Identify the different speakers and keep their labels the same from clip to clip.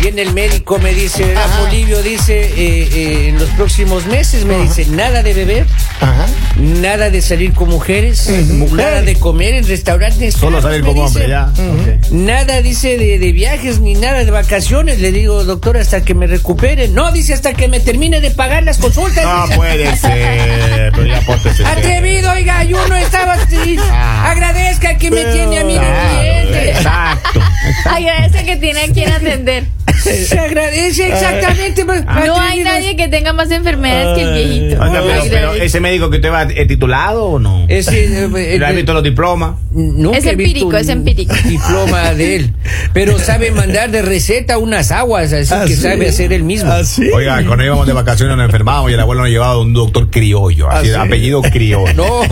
Speaker 1: viene el médico, me dice, ah, Polivio dice, eh, eh, en los próximos meses me dice, nada de beber,
Speaker 2: Ajá.
Speaker 1: nada de salir con mujeres,
Speaker 2: mujeres.
Speaker 1: nada de comer en restaurantes.
Speaker 3: Solo
Speaker 1: caros",
Speaker 3: salir
Speaker 1: me
Speaker 3: como hombre,
Speaker 1: dice.
Speaker 3: ya. ok.
Speaker 1: Nada dice de, de viajes ni nada de vacaciones. Le digo, doctor, hasta que me recupere. No, dice hasta que me termine de pagar las consultas.
Speaker 3: No pues,
Speaker 1: dice.
Speaker 3: puede ser, pero ya pórtese. serio.
Speaker 1: Atrevido, oiga, yo no estaba así.
Speaker 3: Ah.
Speaker 1: Agradezca que me tiene a mí de
Speaker 3: Claro,
Speaker 1: cliente.
Speaker 3: Exacto.
Speaker 4: Agradece que tiene a quien atender.
Speaker 1: Se agradece exactamente.
Speaker 3: Ah.
Speaker 1: pues,
Speaker 4: No hay
Speaker 1: atrevido.
Speaker 4: nadie que tenga más enfermedades que el viejito.
Speaker 3: Oiga, pero, pero
Speaker 4: Agradece.
Speaker 3: ese médico que usted va es titulado o no?
Speaker 1: Es, eh, eh,
Speaker 3: ¿Le ha visto los diplomas?
Speaker 1: Nunca
Speaker 4: Es
Speaker 1: he visto
Speaker 4: empírico,
Speaker 1: un
Speaker 4: es empírico.
Speaker 1: Diploma de él. Pero sabe mandar de receta unas aguas, así
Speaker 2: Ah,
Speaker 1: que
Speaker 2: ¿sí?
Speaker 1: sabe hacer él mismo.
Speaker 2: ¿Así?
Speaker 3: Oiga, cuando íbamos de vacaciones nos enfermamos y el abuelo nos llevaba a un doctor criollo, así,
Speaker 2: ¿Ah, sí?
Speaker 3: apellido criollo.
Speaker 1: No.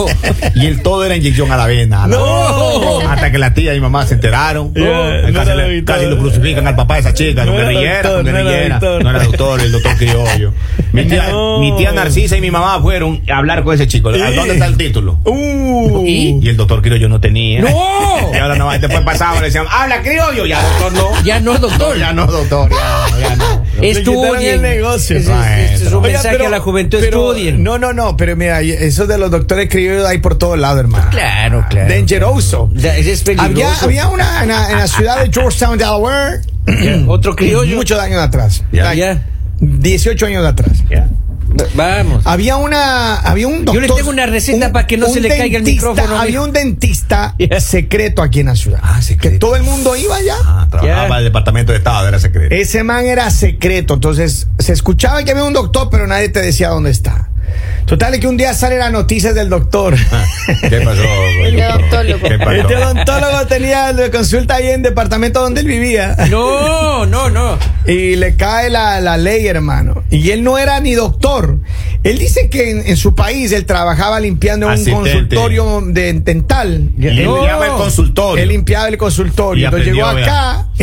Speaker 3: Y el todo era inyección a la vena. a la-
Speaker 1: No.
Speaker 3: Hasta que la tía y mamá se enteraron.
Speaker 2: Yeah, no
Speaker 3: casi,
Speaker 2: era
Speaker 3: le-
Speaker 2: Víctor.
Speaker 3: casi lo crucifican al papá de esa chica,
Speaker 2: No
Speaker 3: con
Speaker 2: era
Speaker 3: guerrillera, con
Speaker 2: doctor, no era
Speaker 3: guerrillera.
Speaker 2: Víctor.
Speaker 3: No era doctor, el doctor criollo. Mi tía,
Speaker 2: No.
Speaker 3: mi tía Narcisa y mi mamá fueron a hablar con ese chico. ¿A ¿Dónde está el título?
Speaker 2: Uh.
Speaker 1: ¿Y?
Speaker 3: Y el doctor criollo no tenía.
Speaker 1: ¡No!
Speaker 3: Y ahora no, después pasaba, le decían, habla criollo. Ya, doctor, no.
Speaker 1: Ya no, doctor.
Speaker 3: Ya no, doctor, ya, no, ya no.
Speaker 2: Le
Speaker 1: Estudien.
Speaker 2: quitaron el negocio.
Speaker 1: Ese es- este es un
Speaker 2: Oiga,
Speaker 1: mensaje
Speaker 2: pero-
Speaker 1: a la juventud.
Speaker 2: pero-
Speaker 1: Estudien.
Speaker 2: No, no, no, pero mira, eso de los doctores criollos hay por todos lados, hermano.
Speaker 1: Claro, claro.
Speaker 2: Dangeroso.
Speaker 1: Ya, ese es
Speaker 2: Había,
Speaker 1: peligroso.
Speaker 2: había una en la, en la ciudad de Georgetown, Delaware,
Speaker 1: Ya, Otro criollo.
Speaker 2: muchos años atrás.
Speaker 3: Ya.
Speaker 2: Like,
Speaker 1: Ya.
Speaker 2: 18 años atrás.
Speaker 3: Ya.
Speaker 1: Vamos.
Speaker 2: Había una, había un Ah, doctor.
Speaker 1: le tengo una receta para que no
Speaker 2: un
Speaker 1: se le caiga el
Speaker 2: dentista,
Speaker 1: micrófono,
Speaker 2: Había
Speaker 1: mijo.
Speaker 2: un dentista
Speaker 1: Ya.
Speaker 2: secreto aquí en la ciudad.
Speaker 3: Ah, secreto.
Speaker 2: Que todo el mundo iba allá.
Speaker 3: Ah, trabajaba
Speaker 1: Ya.
Speaker 3: para el Departamento de Estado, era secreto.
Speaker 2: Ese man era secreto, entonces se escuchaba que había un doctor, pero nadie te decía dónde está. Total, es que un día sale las noticias del doctor.
Speaker 1: Ah.
Speaker 3: ¿Qué pasó?
Speaker 4: El odontólogo.
Speaker 3: ¿Qué pasó?
Speaker 2: Este odontólogo tenía la consulta ahí en el departamento donde él vivía.
Speaker 1: No, no, no.
Speaker 2: Y le cae la, la ley, hermano. Y él no era ni doctor. Él dice que en, en su país él trabajaba limpiando un
Speaker 3: Asistente.
Speaker 2: consultorio de dental.
Speaker 3: Y él
Speaker 1: No.
Speaker 3: llama el consultorio.
Speaker 2: Él limpiaba el consultorio.
Speaker 3: Y
Speaker 2: Entonces llegó
Speaker 3: aprendió,
Speaker 2: acá
Speaker 1: Y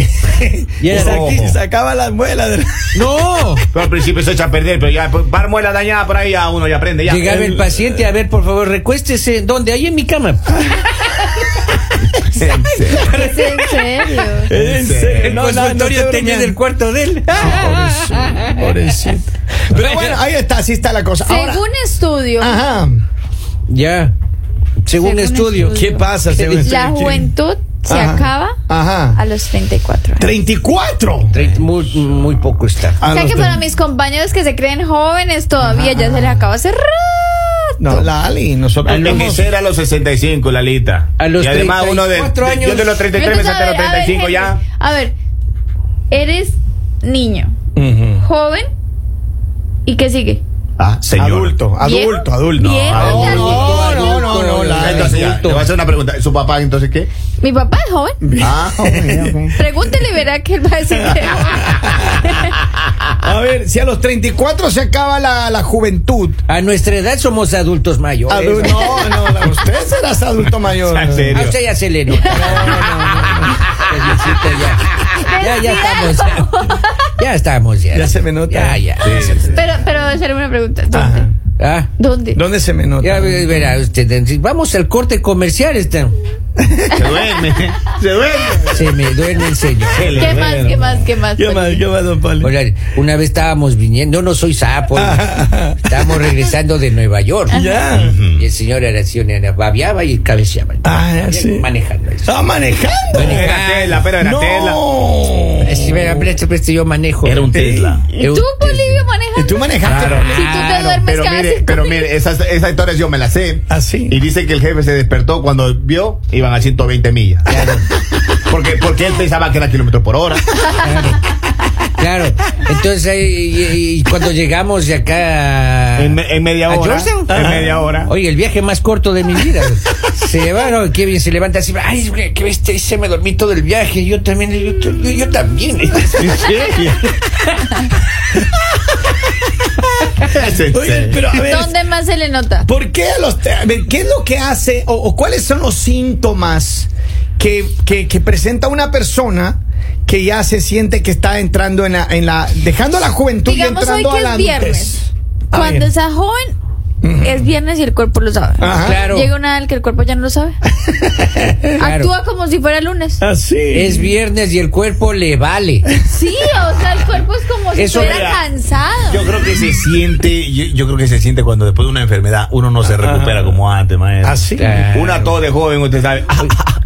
Speaker 2: y,
Speaker 1: era-
Speaker 2: saqui- sacaba las muelas. de la-
Speaker 1: No.
Speaker 3: Pero al principio se echa a perder, pero ya pues, par muela dañada por ahí ya uno ya aprende. Ya.
Speaker 1: Llegaba el paciente, a ver, por favor, recuéstese. ¿Dónde? Ahí en mi cama.
Speaker 4: Es en serio.
Speaker 2: En serio.
Speaker 1: El
Speaker 2: No, no, no
Speaker 1: consultorio
Speaker 2: estoy
Speaker 1: tenía
Speaker 2: bromeando.
Speaker 1: del cuarto de él.
Speaker 2: Pero bueno, ahí está, así está la cosa. Ahora, Ah,
Speaker 4: Según estudio,
Speaker 2: ajá.
Speaker 1: Ya. Según,
Speaker 4: Según
Speaker 1: estudio.
Speaker 4: estudio. ¿Qué
Speaker 2: pasa según
Speaker 4: la juventud se
Speaker 2: Ajá.
Speaker 4: acaba
Speaker 2: Ajá.
Speaker 4: a los 34 años.
Speaker 2: 34.
Speaker 1: Tre- Muy, muy poco está.
Speaker 2: A
Speaker 4: O sea
Speaker 2: los
Speaker 4: que
Speaker 2: tre-
Speaker 4: para mis compañeros que se creen jóvenes todavía ya se les acaba hace rato.
Speaker 2: No, la Ali, nosotros
Speaker 3: Envejecer a los 65, Lalita.
Speaker 1: A los
Speaker 3: y además uno de.
Speaker 1: 34 años.
Speaker 3: Yo de los 33 me
Speaker 4: Entonces,
Speaker 3: salté a los
Speaker 4: a ver,
Speaker 3: 35
Speaker 4: Henry,
Speaker 3: ya.
Speaker 4: A ver, eres niño, joven, ¿y qué sigue?
Speaker 3: Ah, señor.
Speaker 2: Adulto,
Speaker 4: ¿Viejo?
Speaker 2: adulto, adulto.
Speaker 4: ¿Viejo?
Speaker 3: No,
Speaker 4: Ya-
Speaker 2: No, no, no, no, la-
Speaker 3: Entonces ya,
Speaker 1: Adulto.
Speaker 3: le voy a hacer una pregunta. ¿Su papá entonces qué?
Speaker 4: Mi papá es joven.
Speaker 3: Ah,
Speaker 4: Pregúntele y verá que él va a decir que es joven.
Speaker 2: A ver, si a los 34 se acaba la, la juventud.
Speaker 1: A nuestra edad somos adultos mayores.
Speaker 2: Adu- no, no, no, usted será adulto mayor.
Speaker 3: En serio.
Speaker 1: A usted ya se le nota. Pues, Luisito, ya. Ya, ya estamos. Ya, Ya estamos, ya.
Speaker 2: Ya se me nota.
Speaker 1: Ya, ya.
Speaker 3: sí.
Speaker 4: Pero, pero voy a hacer una pregunta. ¿Dónde?
Speaker 2: Ajá.
Speaker 1: Ah,
Speaker 4: ¿Dónde?
Speaker 2: ¿Dónde se me nota?
Speaker 1: ya ve- verá usted. Vamos al corte comercial. Está.
Speaker 3: Se duerme. Se duerme.
Speaker 1: Se me duerme el señor.
Speaker 3: Se le
Speaker 4: ¿Qué más,
Speaker 3: duerme.
Speaker 4: qué más, qué más?
Speaker 2: ¿Qué más, qué más, don Poli?
Speaker 1: Oiga, una vez estábamos viniendo, yo no soy sapo. Estábamos regresando de Nueva York.
Speaker 2: Ya.
Speaker 1: Y el señor Aración era- babeaba y cabeceaba.
Speaker 2: Ah, ya,
Speaker 1: Bien,
Speaker 2: sí.
Speaker 1: Manejando eso.
Speaker 2: Estaba manejando.
Speaker 3: Era tela, pero era
Speaker 2: no.
Speaker 3: tela.
Speaker 1: Sí, verá, preste, preste, este, yo manejo.
Speaker 3: Era un Tesla.
Speaker 4: ¿Y tú, Bolivio, manejas?
Speaker 2: Y tú manejaste.
Speaker 1: Claro.
Speaker 4: Si tú te
Speaker 1: Claro,
Speaker 4: duermes
Speaker 3: Pero
Speaker 4: cada
Speaker 3: mire,
Speaker 4: cinco
Speaker 3: pero mire, esas, esas historias yo me las sé.
Speaker 2: Así.
Speaker 3: Y dice que el jefe se despertó cuando vio iban a 120 millas. Porque, porque él pensaba que era kilómetro por hora.
Speaker 1: Claro, entonces ahí- y, y cuando llegamos de acá.
Speaker 3: En, me- en media
Speaker 1: ¿A
Speaker 3: hora.
Speaker 1: Georgetown?
Speaker 3: En media hora.
Speaker 1: Oye, el viaje más corto de mi vida. Se llevaron, qué bien se levanta así. Ay, güey, qué bestia, y se este, me dormí todo el viaje. Yo también, yo, yo- yo también.
Speaker 3: Es en
Speaker 2: Oye,
Speaker 3: serio.
Speaker 2: pero Ah, a ver.
Speaker 4: ¿Dónde más se le nota?
Speaker 2: ¿Por qué a los.? te- a ver, ¿qué es lo que hace o, o cuáles son los síntomas que, que- que presenta una persona que ya se siente que está entrando en la. En la dejando la juventud y
Speaker 4: Digamos hoy
Speaker 2: entrando
Speaker 4: que
Speaker 2: a la
Speaker 4: es
Speaker 2: adultez?
Speaker 4: viernes.
Speaker 2: A
Speaker 4: Cuando
Speaker 2: ver.
Speaker 4: está joven, es viernes y el cuerpo lo sabe.
Speaker 2: Ajá.
Speaker 1: Claro.
Speaker 4: Llega una edad que el cuerpo ya no lo sabe.
Speaker 1: Claro.
Speaker 4: Actúa como como si fuera lunes.
Speaker 2: Así.
Speaker 1: Es viernes y el cuerpo le vale.
Speaker 4: Sí, o sea, el cuerpo es como si
Speaker 1: Eso
Speaker 4: estuviera
Speaker 3: era-
Speaker 4: cansado.
Speaker 3: Yo creo que se siente, yo, yo creo que se siente cuando después de una enfermedad uno no se recupera como antes, maestro.
Speaker 2: Así.
Speaker 1: Claro.
Speaker 3: Una tos de joven, usted sabe.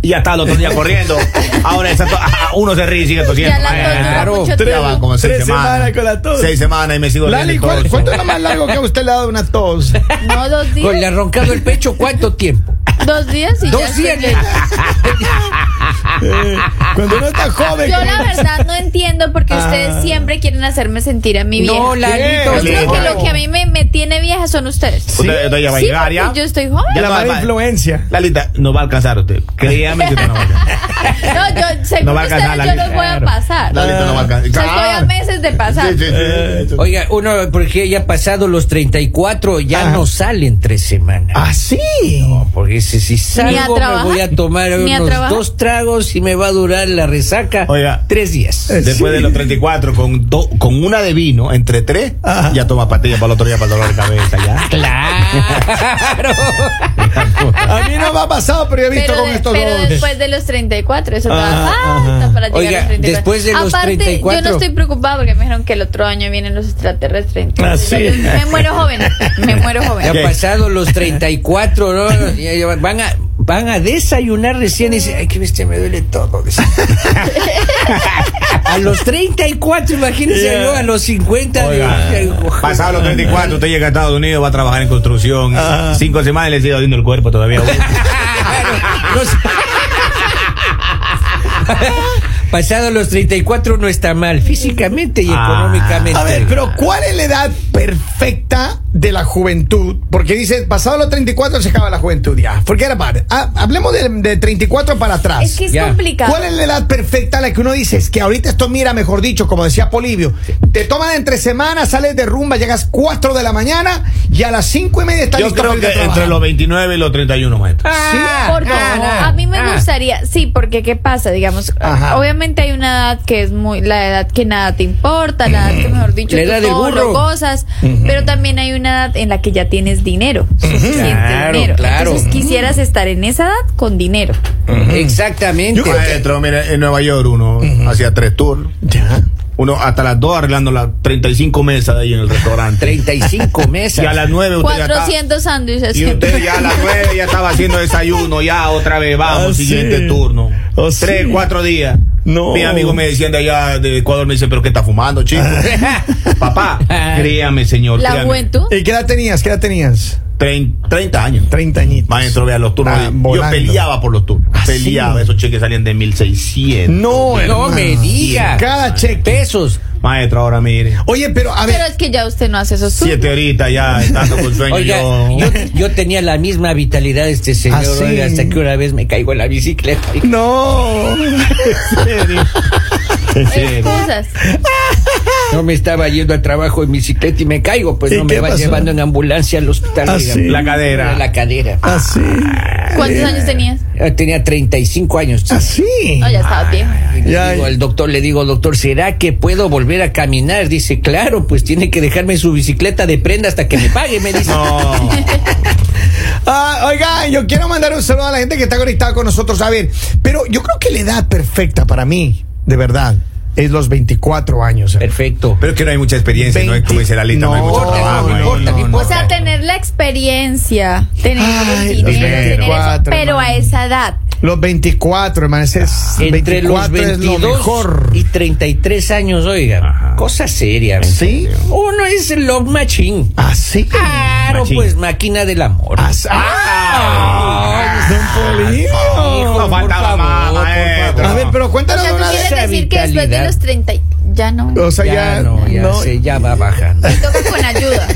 Speaker 3: y ya está, Ah, el otro día corriendo. Ahora esa tos, uno se ríe y sigue tosiendo.
Speaker 4: ya la
Speaker 3: maestro.
Speaker 4: tos dura
Speaker 1: claro,
Speaker 4: mucho
Speaker 3: Ya
Speaker 4: tiempo.
Speaker 3: van como seis
Speaker 2: Tres
Speaker 3: semanas.
Speaker 2: semanas con la tos.
Speaker 3: Seis semanas y me sigo
Speaker 2: Lali,
Speaker 3: riendo y
Speaker 2: ¿cuál-
Speaker 3: todo.
Speaker 2: ¿cuánto es lo más largo que a usted le ha dado una tos?
Speaker 4: No, dos
Speaker 1: Con le
Speaker 4: días.
Speaker 1: ha roncado el pecho, ¿cuánto tiempo?
Speaker 4: Dos días y ya
Speaker 1: Dos
Speaker 4: estoy
Speaker 1: días.
Speaker 4: bien.
Speaker 2: Cuando uno está joven.
Speaker 4: Yo
Speaker 2: como-
Speaker 4: la verdad no entiendo porque
Speaker 2: Ah.
Speaker 4: ustedes siempre quieren hacerme sentir a mi vieja.
Speaker 1: No, Lalito.
Speaker 4: Yo creo que
Speaker 1: no.
Speaker 4: lo que a mí me, me tiene vieja son ustedes. Sí,
Speaker 3: Usted- usted ya va a llegar ya.
Speaker 4: porque yo estoy joven.
Speaker 3: Ya
Speaker 2: La
Speaker 3: no,
Speaker 2: mala
Speaker 3: va-
Speaker 2: influencia.
Speaker 3: Lalita, no va a alcanzar usted. Créame que usted no va a alcanzar.
Speaker 4: No, yo según
Speaker 3: No va a
Speaker 4: ustedes
Speaker 3: alcanzar
Speaker 4: yo
Speaker 3: Lalita.
Speaker 4: los voy a
Speaker 3: Claro.
Speaker 4: pasar.
Speaker 3: Lalita no va a
Speaker 4: O sea,
Speaker 3: alcanzar. Ah.
Speaker 4: estoy a meses de pasar.
Speaker 3: Sí, sí, sí.
Speaker 1: Oiga, uno, porque ya pasado los 34, ya
Speaker 2: Ajá.
Speaker 1: no salen tres semanas.
Speaker 2: Así.
Speaker 1: No, porque si, si
Speaker 4: Ah. Ni a
Speaker 1: salgo me
Speaker 4: trabajar.
Speaker 1: voy a tomar
Speaker 4: Ni a
Speaker 1: unos
Speaker 4: trabajar.
Speaker 1: dos tragos y me va a durar la resaca
Speaker 3: Oiga.
Speaker 1: tres días.
Speaker 2: Eh,
Speaker 3: Después
Speaker 2: Sí.
Speaker 3: de los 34, con, do- con una de vino, entre tres,
Speaker 2: Ajá.
Speaker 3: ya toma pastillas para el otro día para el dolor de cabeza. Ya.
Speaker 1: Claro.
Speaker 2: A mí no me ha pasado, pero yo he visto
Speaker 4: Pero,
Speaker 2: con
Speaker 4: de-
Speaker 2: estos
Speaker 4: pero
Speaker 2: dos.
Speaker 4: después de los 34, eso
Speaker 2: Ah,
Speaker 4: todavía falta
Speaker 2: ajá.
Speaker 4: para llegar
Speaker 1: Oiga,
Speaker 4: a los 34.
Speaker 1: después de los
Speaker 4: Aparte, yo
Speaker 1: 34.
Speaker 4: no estoy preocupada porque me dijeron que el otro año vienen los extraterrestres.
Speaker 2: Ah,
Speaker 4: Entonces,
Speaker 2: sí.
Speaker 4: yo- Me muero joven, me muero
Speaker 1: Ya
Speaker 4: joven.
Speaker 3: ¿Qué?
Speaker 1: pasado los 34, ¿no? Ya- ya van a, van a desayunar recién y dicen, ay, qué bestia, me duele todo. dicen. a los 34, imagínense
Speaker 2: Yeah.
Speaker 1: yo, a los 50. digo,
Speaker 3: Oiga,
Speaker 1: ojalá.
Speaker 3: pasado los 34, usted llega a Estados Unidos, va a trabajar en construcción.
Speaker 2: Ajá.
Speaker 3: Cinco semanas y le sigue doliendo el cuerpo todavía.
Speaker 1: Claro, no sé. Pasado los 34 no está mal físicamente y
Speaker 3: Ah.
Speaker 1: económicamente.
Speaker 2: A ver, pero ¿cuál es la edad perfecta de la juventud? Porque dice, pasado los 34 se acaba la juventud ya. Forget about it. Ah, hablemos de, de 34 para atrás.
Speaker 4: Es que
Speaker 1: pues,
Speaker 4: es
Speaker 1: Ya.
Speaker 4: complicado.
Speaker 2: ¿Cuál es la edad perfecta a la que uno dice? Es que ahorita esto mira, mejor dicho, como decía Polivio, te toman entre semanas, sales de rumba, llegas 4 de la mañana y a las 5 y media estás
Speaker 3: Yo
Speaker 2: listo
Speaker 3: creo
Speaker 2: para
Speaker 3: que
Speaker 2: irte a
Speaker 3: entre
Speaker 2: trabajar.
Speaker 3: los 29 y los 31, maestro.
Speaker 1: Ah,
Speaker 4: Porque
Speaker 1: ah, ah,
Speaker 4: a mí me
Speaker 1: ah.
Speaker 4: gustaría, sí, porque ¿qué pasa? Digamos,
Speaker 2: Ajá.
Speaker 4: obviamente hay una edad que es muy, la edad que nada te importa, la edad que mejor dicho,
Speaker 1: La
Speaker 4: tú
Speaker 1: edad del
Speaker 4: todo lo
Speaker 1: burro.
Speaker 4: gozas, pero también hay una edad en la que ya tienes dinero, suficiente
Speaker 1: Claro,
Speaker 4: dinero.
Speaker 1: claro.
Speaker 4: Entonces quisieras estar en esa edad con dinero.
Speaker 1: Exactamente.
Speaker 2: Yo creo que-
Speaker 3: Maestro, mire, en Nueva York uno hacía tres tours.
Speaker 2: Ya.
Speaker 3: Uno hasta las 2 arreglando las 35 mesas de ahí en el restaurante.
Speaker 1: 35 mesas.
Speaker 3: y a las 9 usted ya estaba-
Speaker 4: 400 sándwiches.
Speaker 3: Y usted ya a las 9 ya estaba haciendo desayuno, ya otra vez, vamos,
Speaker 2: Ah,
Speaker 3: siguiente
Speaker 2: sí.
Speaker 3: turno.
Speaker 2: Ah,
Speaker 3: Tres,
Speaker 2: sí.
Speaker 3: cuatro días.
Speaker 2: No.
Speaker 3: Mi amigo me decían de allá de Ecuador, me dice, pero ¿qué está fumando, chico? Papá, créame, señor.
Speaker 4: La
Speaker 3: créame.
Speaker 4: juventud.
Speaker 2: ¿Y qué edad tenías? ¿Qué edad tenías?
Speaker 3: Trein- 30 años.
Speaker 2: 30 añitos.
Speaker 3: Maestro, vea los turnos.
Speaker 2: Ah,
Speaker 3: Yo
Speaker 2: volando.
Speaker 3: peleaba por los turnos.
Speaker 2: Ah, sí.
Speaker 3: peleaba, esos cheques salían de 1600.
Speaker 2: No,
Speaker 1: No
Speaker 2: hermano.
Speaker 1: me diga.
Speaker 2: Cada cheque.
Speaker 1: Pesos.
Speaker 3: Maestro, ahora mire.
Speaker 2: Oye, pero a ver.
Speaker 4: Pero es que ya usted no hace esos
Speaker 3: Siete horitas ya, estando con sueño.
Speaker 1: Oiga,
Speaker 3: yo-
Speaker 1: yo, yo tenía la misma vitalidad de este señor.
Speaker 2: Ah, sí.
Speaker 1: Oiga, hasta que una vez me caigo en la bicicleta.
Speaker 2: No.
Speaker 3: ¿En serio? ¿En serio?
Speaker 4: excusas.
Speaker 1: No me estaba yendo al trabajo en bicicleta y me caigo, pues
Speaker 2: ¿Y
Speaker 1: no me
Speaker 2: qué
Speaker 1: va
Speaker 2: pasó?
Speaker 1: llevando en ambulancia al hospital.
Speaker 2: Ah,
Speaker 1: oiga.
Speaker 2: sí.
Speaker 3: La cadera.
Speaker 1: La cadera.
Speaker 2: Así.
Speaker 4: ¿Cuántos años tenías?
Speaker 1: Yo tenía 35 años.
Speaker 2: Así.
Speaker 4: No, ya estaba viejo.
Speaker 1: Y le
Speaker 2: Ah, Ya,
Speaker 1: digo
Speaker 2: ya.
Speaker 1: al doctor, le digo, doctor, ¿será que puedo volver a caminar? Dice, claro, pues tiene que dejarme su bicicleta de prenda hasta que me pague, me dice.
Speaker 3: No.
Speaker 2: Ah, oiga, yo quiero mandar un saludo a la gente que está conectada con nosotros. A ver, pero yo creo que la edad perfecta para mí, de verdad, es los 24 años. eh.
Speaker 1: Perfecto.
Speaker 3: Pero es que no hay mucha experiencia, no es como dice la lista, no, hay
Speaker 2: No,
Speaker 3: mucho
Speaker 2: no,
Speaker 3: trabajo.
Speaker 1: no
Speaker 3: ahí.
Speaker 1: importa, no
Speaker 4: O sea, tener la experiencia, tener
Speaker 2: Ay,
Speaker 4: el dinero,
Speaker 3: los
Speaker 4: tener eso,
Speaker 2: 24,
Speaker 4: pero a
Speaker 2: hermano.
Speaker 4: esa edad.
Speaker 2: Los 24, hermano, ese es
Speaker 1: Entre los
Speaker 2: 24 es lo
Speaker 1: 22
Speaker 2: mejor.
Speaker 1: y 33 años, oiga.
Speaker 3: Ajá.
Speaker 1: Cosa seria.
Speaker 2: ¿Sí?
Speaker 1: Uno es el love machine.
Speaker 2: Así.
Speaker 1: Claro,
Speaker 3: Machín.
Speaker 1: pues máquina del amor.
Speaker 2: Así.
Speaker 1: Ah,
Speaker 2: Don Polibio.
Speaker 1: hijo,
Speaker 3: No
Speaker 1: por favor,
Speaker 3: faltaba más,
Speaker 1: por
Speaker 3: maestro.
Speaker 1: favor.
Speaker 2: A ver, pero
Speaker 4: O
Speaker 2: cuéntanos
Speaker 4: sea, tú
Speaker 2: una
Speaker 4: quieres
Speaker 2: vez.
Speaker 1: esa
Speaker 4: decir que después de
Speaker 1: vitalidad.
Speaker 4: los 30 y- ya no.
Speaker 2: O sea,
Speaker 1: ya,
Speaker 2: ya,
Speaker 1: no, ya
Speaker 2: no.
Speaker 1: se ya va bajando.
Speaker 4: Toca con ayuda.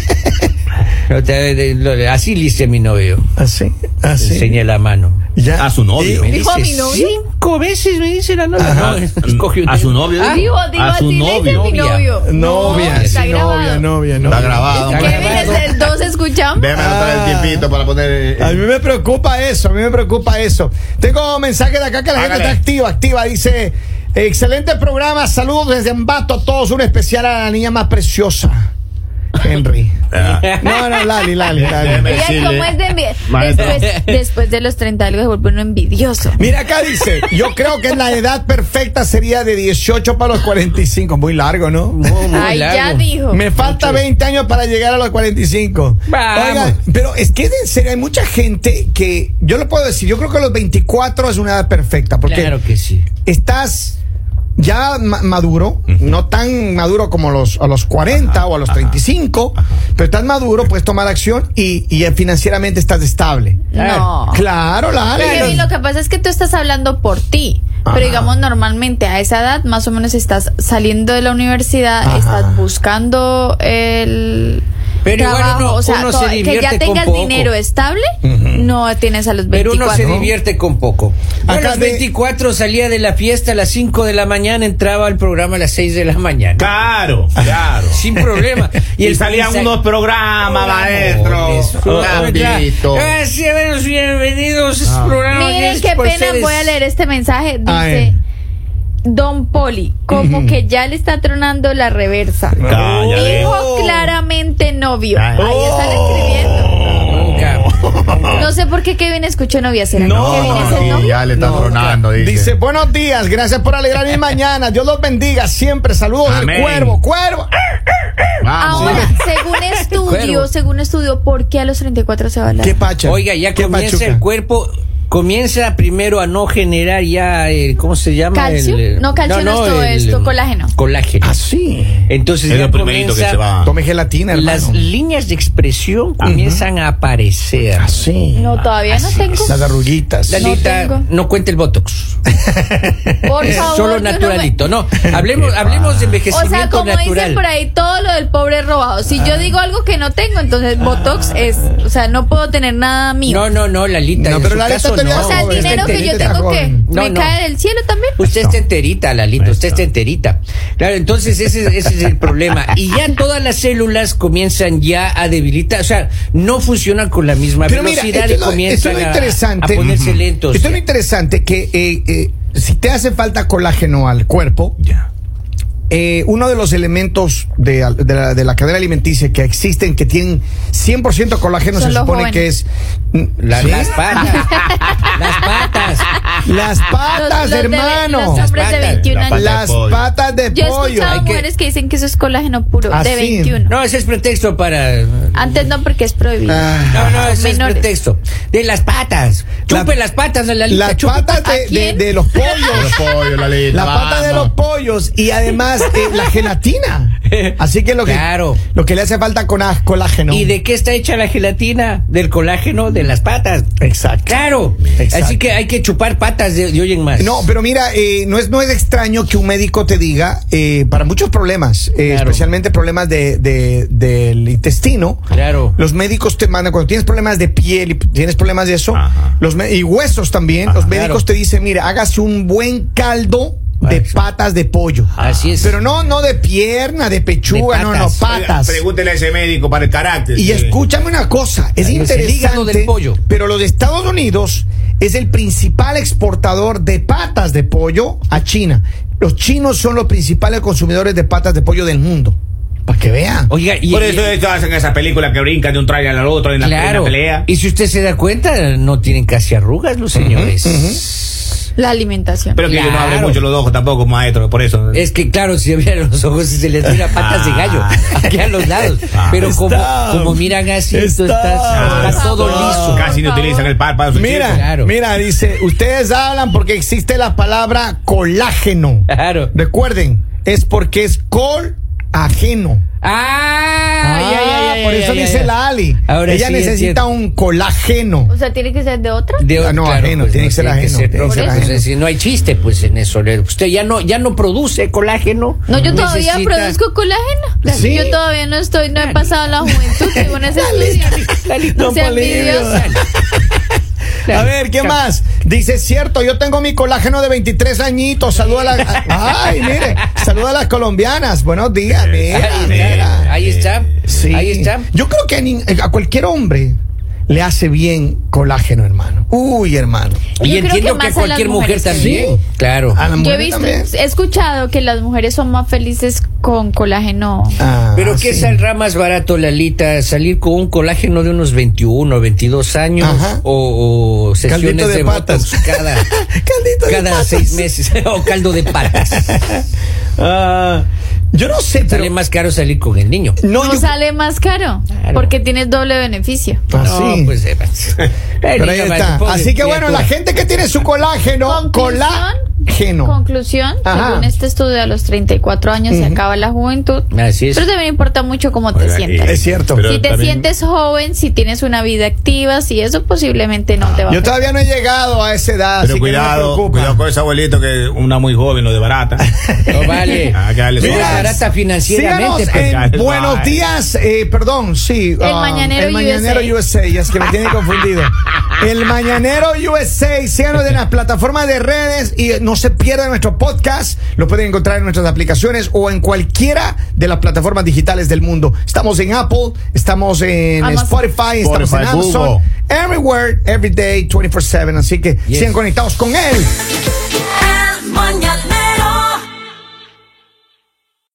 Speaker 1: No te- lo- Así le hice a mi novio.
Speaker 2: Así, así.
Speaker 1: Enseñé la mano.
Speaker 2: Ya.
Speaker 3: A su novio.
Speaker 1: Me
Speaker 4: ¿Dijo a
Speaker 1: dice
Speaker 4: mi novio?
Speaker 1: Cinco veces me dice la novia.
Speaker 2: Ajá. Mm,
Speaker 1: No, escoge un-
Speaker 3: A su novio.
Speaker 4: Ah, digo, digo,
Speaker 3: a su
Speaker 4: así le dicen
Speaker 3: novio.
Speaker 4: mi novio.
Speaker 2: Novia,
Speaker 4: está
Speaker 2: sí,
Speaker 4: grabado.
Speaker 2: novia, novia, novia.
Speaker 3: Está grabado.
Speaker 1: Está
Speaker 4: ¿Qué
Speaker 1: grabado.
Speaker 4: vienes del dos escuchamos?
Speaker 3: Déjame anotar el tiempito para poner. eh,
Speaker 2: A mí me preocupa eso, a mí me preocupa eso. Tengo mensajes de acá que la gente
Speaker 3: Hágale.
Speaker 2: está activa, activa. Dice, excelente programa, saludos desde Ambato a todos, un especial a la niña más preciosa, Henry.
Speaker 3: Ah.
Speaker 2: No, no, Lali, Lali, Lali.
Speaker 4: Oigan,
Speaker 3: Decirle,
Speaker 4: ¿cómo es de envi-
Speaker 3: maestro.
Speaker 4: Después, después de los 30 algo se vuelve uno envidioso.
Speaker 2: Mira, acá dice, yo creo que la edad perfecta sería de 18 para los 45. Muy largo, ¿no?
Speaker 1: Muy, muy
Speaker 4: Ay, ya
Speaker 1: largo.
Speaker 4: dijo.
Speaker 2: Me falta 20 años para llegar a los 45.
Speaker 1: Vamos.
Speaker 2: Oiga, pero es que es en serio, hay mucha gente que, yo lo puedo decir, yo creo que los 24 es una edad perfecta, porque
Speaker 1: Claro que sí.
Speaker 2: estás ya ma- maduro, no tan maduro como los, a los 40 o a los 35, pero estás maduro, puedes tomar acción y, y financieramente estás estable.
Speaker 1: Ah.
Speaker 4: No.
Speaker 2: Claro, la
Speaker 4: Porque, Kevin, lo que pasa es que tú estás hablando por ti.
Speaker 2: Ajá.
Speaker 4: Pero digamos, normalmente a esa edad, más o menos estás saliendo de la universidad,
Speaker 2: Ajá.
Speaker 4: estás buscando el.
Speaker 1: Pero igual
Speaker 4: trabajo,
Speaker 1: uno-
Speaker 4: o sea,
Speaker 1: uno se
Speaker 4: to- que
Speaker 1: divierte
Speaker 4: ya
Speaker 1: con
Speaker 4: tengas
Speaker 1: poco.
Speaker 4: dinero estable, no tienes a los
Speaker 1: Pero
Speaker 4: 24.
Speaker 1: uno se divierte con poco. Yo
Speaker 2: Acá
Speaker 1: a los
Speaker 2: de-
Speaker 1: 24 salía de la fiesta a las 5 de la mañana, entraba al programa a las 6 de la mañana.
Speaker 3: Claro, claro.
Speaker 1: sin problema.
Speaker 3: Y, salían
Speaker 1: sal-
Speaker 3: unos programas,
Speaker 1: Eso,
Speaker 3: maestro. Gambito.
Speaker 1: Ah, oh, sí, bueno, bienvenidos. es
Speaker 3: Ah.
Speaker 1: programa
Speaker 4: Miren,
Speaker 1: 10
Speaker 4: qué
Speaker 1: por
Speaker 4: pena,
Speaker 1: seres-
Speaker 4: voy a leer este mensaje. Dice.
Speaker 2: A ver.
Speaker 4: Don Poli, como que ya le está tronando la reversa.
Speaker 3: Ah, ya ve.
Speaker 4: Hijo claramente novio.
Speaker 3: Ay.
Speaker 4: Ahí están escribiendo.
Speaker 1: Nunca.
Speaker 4: No sé por qué Kevin escuchó novia. ¿Será
Speaker 2: Ah. No,
Speaker 4: que Kevin
Speaker 2: no,
Speaker 4: es el
Speaker 3: sí,
Speaker 4: novio?
Speaker 3: ya le está
Speaker 1: No,
Speaker 3: tronando, dice.
Speaker 2: Dice, buenos días, gracias por alegrar mi mañana. Dios los bendiga siempre. Saludos del
Speaker 3: Amén.
Speaker 2: cuervo, cuervo.
Speaker 3: Vamos.
Speaker 4: Ahora, según
Speaker 1: Cuervo.
Speaker 4: estudio, según estudio, ¿por qué a los 34 se va a la...
Speaker 2: ¿Qué pacha?
Speaker 1: Oiga, ya
Speaker 2: ¿Qué
Speaker 1: comienza
Speaker 2: pachuca?
Speaker 1: el cuerpo. Comienza primero a no generar ya, el, ¿cómo se llama?
Speaker 4: ¿Calcio?
Speaker 1: El, eh,
Speaker 4: No, calcio no es todo esto, colágeno.
Speaker 1: Colágeno.
Speaker 2: Ah, sí.
Speaker 1: Entonces
Speaker 3: Es
Speaker 1: ya
Speaker 3: lo primerito que
Speaker 1: comienza-
Speaker 3: se va.
Speaker 2: Tome gelatina,
Speaker 1: Ah. Las
Speaker 2: hermano.
Speaker 1: líneas de expresión comienzan a aparecer.
Speaker 2: Ah, sí.
Speaker 4: No, todavía no tengo.
Speaker 2: Las arruguitas.
Speaker 1: Lalita, no,
Speaker 4: tengo.
Speaker 1: cuente el botox.
Speaker 4: Por
Speaker 1: Solo
Speaker 4: favor. yo no me-
Speaker 1: naturalito. No, hablemos, hablemos de
Speaker 4: O sea,
Speaker 1: envejecimiento
Speaker 4: como dicen por
Speaker 1: natural.
Speaker 4: ahí, todo lo del pobre es robado. Si yo digo algo que no tengo, entonces Botox es... O sea, no puedo tener nada mío.
Speaker 1: No, no, no, Lalita.
Speaker 2: No,
Speaker 1: en
Speaker 2: pero
Speaker 1: su
Speaker 2: Lalita
Speaker 1: caso,
Speaker 2: todavía
Speaker 1: no.
Speaker 4: o sea, el
Speaker 2: joven,
Speaker 4: dinero que yo
Speaker 2: está
Speaker 4: tengo que
Speaker 2: joven.
Speaker 1: No,
Speaker 4: me
Speaker 1: no. Pues,
Speaker 4: cae del cielo también.
Speaker 1: Usted está enterita, Lalito, usted está enterita. Claro, entonces ese, ese es el problema. Y ya todas las células comienzan ya a debilitar, o sea, no funcionan con la misma
Speaker 2: Pero mira,
Speaker 1: velocidad
Speaker 2: esto es
Speaker 1: y
Speaker 2: lo, esto
Speaker 1: comienzan
Speaker 2: es lo
Speaker 1: a-
Speaker 2: interesante.
Speaker 1: a, ponerse
Speaker 2: Ujú.
Speaker 1: lentos.
Speaker 2: Esto es lo interesante que eh, eh, si te hace falta colágeno al cuerpo,
Speaker 3: Ya.
Speaker 2: eh, uno de los elementos de, al- de la, de la cadena alimenticia que existen, que tienen 100% colágeno,
Speaker 4: Son
Speaker 2: se
Speaker 4: los
Speaker 2: supone
Speaker 4: jóvenes.
Speaker 2: que es... mm,
Speaker 1: La-
Speaker 2: ¿sí?
Speaker 1: Las patas, las patas.
Speaker 2: Las
Speaker 4: Los-
Speaker 2: patas,
Speaker 4: los de-
Speaker 2: hermano.
Speaker 4: los hombres
Speaker 1: Las
Speaker 4: de
Speaker 1: patas,
Speaker 4: 21
Speaker 3: la
Speaker 4: años.
Speaker 3: pata-
Speaker 2: Las patas de
Speaker 4: Yo he
Speaker 2: pollo.
Speaker 4: escuchado
Speaker 1: que-
Speaker 4: mujeres que... dicen que eso es colágeno puro,
Speaker 2: Ah, sí.
Speaker 4: de 21.
Speaker 1: No, ese es pretexto para. No,
Speaker 4: Antes no, porque es prohibido.
Speaker 2: Ah.
Speaker 1: no, ese es
Speaker 4: Menores.
Speaker 1: pretexto. De las patas. Chupe
Speaker 2: La-
Speaker 1: las patas de la lista.
Speaker 2: Las patas de, de-
Speaker 4: quién?
Speaker 2: de los pollos.
Speaker 3: Los pollos, la ley.
Speaker 2: La pata de los pollos y además eh, la gelatina. Así que lo que
Speaker 1: Claro.
Speaker 2: lo que le hace falta con a- colágeno.
Speaker 1: ¿Y de qué está hecha la gelatina? Del colágeno de las patas.
Speaker 2: Exacto.
Speaker 1: Claro.
Speaker 2: Exacto.
Speaker 1: Así que hay que chupar patas de, de hoy en más.
Speaker 2: No, pero mira, eh, no es no es extraño que un médico te diga eh, para muchos problemas, eh,
Speaker 1: Claro.
Speaker 2: especialmente problemas de, de- del intestino.
Speaker 1: Claro.
Speaker 2: Los médicos te mandan cuando tienes problemas de piel y tienes problemas de eso,
Speaker 3: Ajá.
Speaker 2: los me- y huesos también. los
Speaker 1: Claro.
Speaker 2: médicos te dicen, mira, hágase un buen caldo de
Speaker 1: Exacto.
Speaker 2: patas de pollo.
Speaker 1: Así es.
Speaker 2: Pero no, no de pierna, de pechuga,
Speaker 1: De
Speaker 2: no, no,
Speaker 1: patas.
Speaker 2: patas.
Speaker 3: Pregúntele a ese médico para el carácter.
Speaker 2: Y
Speaker 3: sí.
Speaker 2: escúchame una cosa, es
Speaker 1: Ahí es el hígado
Speaker 2: interesante,
Speaker 1: del pollo.
Speaker 2: pero los de Estados Unidos es el principal exportador de patas de pollo a China. Los chinos son los principales consumidores de patas de pollo del mundo. Para que vean.
Speaker 1: Oiga, y.
Speaker 3: Por eso es que hacen esa película que brincan de un trailer al otro en la, en la
Speaker 1: Claro.
Speaker 3: pelea.
Speaker 1: Y si usted se da cuenta, no tienen casi arrugas los señores.
Speaker 4: La alimentación.
Speaker 3: Pero que yo no
Speaker 1: Claro.
Speaker 3: hable mucho los ojos tampoco, maestro, por eso.
Speaker 1: Es que claro, si miran los ojos y se les mira patas de gallo aquí a los lados.
Speaker 3: Ah.
Speaker 1: Pero como,
Speaker 2: Está.
Speaker 1: como miran así, tú
Speaker 2: Está.
Speaker 1: estás, está
Speaker 4: Está.
Speaker 1: todo liso.
Speaker 3: Ah, Casi no
Speaker 4: Por favor.
Speaker 3: utilizan el párpado. sus
Speaker 2: Mira,
Speaker 3: chicos.
Speaker 1: pues, Claro.
Speaker 2: mira, dice, ustedes hablan porque existe la palabra colágeno.
Speaker 1: Claro.
Speaker 2: Recuerden, es porque es col ajeno.
Speaker 1: Ah, ya, ya, ya,
Speaker 2: por
Speaker 1: ya,
Speaker 2: eso
Speaker 1: ya,
Speaker 2: dice
Speaker 1: ya.
Speaker 2: la Ali.
Speaker 1: Ahora
Speaker 2: Ella
Speaker 1: sí es
Speaker 2: necesita
Speaker 1: cierto.
Speaker 2: un colágeno.
Speaker 4: O sea, tiene que ser de otra.
Speaker 1: De,
Speaker 2: Ah, no, ajeno,
Speaker 1: pues,
Speaker 2: tiene que ser ajeno, tiene
Speaker 4: que ser
Speaker 1: propio,
Speaker 2: ajeno.
Speaker 1: pues, si no hay chiste, pues en eso. le- Usted ya no, ya no produce colágeno.
Speaker 4: No, yo todavía
Speaker 1: Necesita-
Speaker 4: produzco colágeno. Pues
Speaker 2: Sí.
Speaker 4: Yo todavía no estoy, no he pasado la juventud, según ese estudio. No sea envidiosa.
Speaker 1: pues,
Speaker 2: A ver, ¿qué más? Dice, cierto, yo tengo mi colágeno de 23 añitos. Saluda a las... Ay, mire. Saluda a las colombianas. Buenos días, mira,
Speaker 1: Ahí
Speaker 2: mira.
Speaker 1: está, Ah, ahí está.
Speaker 2: Sí.
Speaker 1: Ahí está.
Speaker 2: Yo creo que a, nin- a cualquier hombre le hace bien colágeno, hermano. Uy, hermano.
Speaker 4: Yo
Speaker 1: Y
Speaker 4: creo que
Speaker 1: entiendo que, a
Speaker 4: más a las
Speaker 1: cualquier mujer
Speaker 4: mujeres, sí.
Speaker 1: también. Claro.
Speaker 2: A la
Speaker 4: Yo he
Speaker 2: mujer
Speaker 4: visto,
Speaker 2: también.
Speaker 4: he escuchado que las mujeres son más felices con colágeno.
Speaker 2: Ah,
Speaker 1: Pero que
Speaker 2: sí.
Speaker 1: saldrá más barato, Lalita, salir con un colágeno de unos 21, 22 años
Speaker 2: Ajá.
Speaker 1: o, o
Speaker 2: Caldito
Speaker 1: sesiones
Speaker 2: de
Speaker 1: de,
Speaker 2: patas.
Speaker 1: botox cada,
Speaker 2: Caldito de
Speaker 1: cada
Speaker 2: patas.
Speaker 1: seis meses o caldo de patas.
Speaker 2: Ah, yo no sé, pero.
Speaker 1: Sale más caro salir con el niño.
Speaker 2: No,
Speaker 4: No,
Speaker 2: yo-
Speaker 4: sale más caro
Speaker 1: Claro.
Speaker 4: porque tienes doble beneficio.
Speaker 2: Ah,
Speaker 1: no,
Speaker 2: sí.
Speaker 1: pues eh,
Speaker 2: Pero ahí está. Así que bueno, la gente que tiene su colágeno, colágeno.
Speaker 4: Conclusión,
Speaker 2: Ajá.
Speaker 4: según este estudio, a los 34 años se acaba la juventud.
Speaker 1: Así es.
Speaker 4: Pero también importa mucho cómo te
Speaker 3: Oiga,
Speaker 4: sientas.
Speaker 3: y-
Speaker 2: Es cierto.
Speaker 3: pero
Speaker 4: si te
Speaker 3: también-
Speaker 4: sientes joven, si tienes una vida activa, si eso posiblemente no te va a
Speaker 2: Yo todavía no he llegado a esa edad. así que no
Speaker 3: Pero
Speaker 2: me
Speaker 3: cuidado,
Speaker 2: preocupa.
Speaker 3: cuidado con ese abuelito que una muy joven, lo de barata.
Speaker 1: No vale.
Speaker 3: Ah, que dale
Speaker 1: Tú eres
Speaker 3: suave.
Speaker 1: barata
Speaker 2: Síganos
Speaker 1: financieramente. pues.
Speaker 2: en
Speaker 3: Bye.
Speaker 2: Buenos Días, eh, perdón, sí. ah,
Speaker 4: El Mañanero
Speaker 2: El Mañanero USA.
Speaker 4: USA.
Speaker 2: ya es que me tienen confundido. El Mañanero USA, síganos en las plataformas de redes y no se pierdan nuestro podcast. Lo pueden encontrar en nuestras aplicaciones o en cualquiera de las plataformas digitales del mundo. Estamos en Apple, estamos en
Speaker 4: Amazon.
Speaker 2: Spotify, estamos en
Speaker 3: Spotify,
Speaker 2: Amazon.
Speaker 3: Google.
Speaker 2: Everywhere, every day, 24-7. Así que
Speaker 1: Yes.
Speaker 2: sigan conectados con él.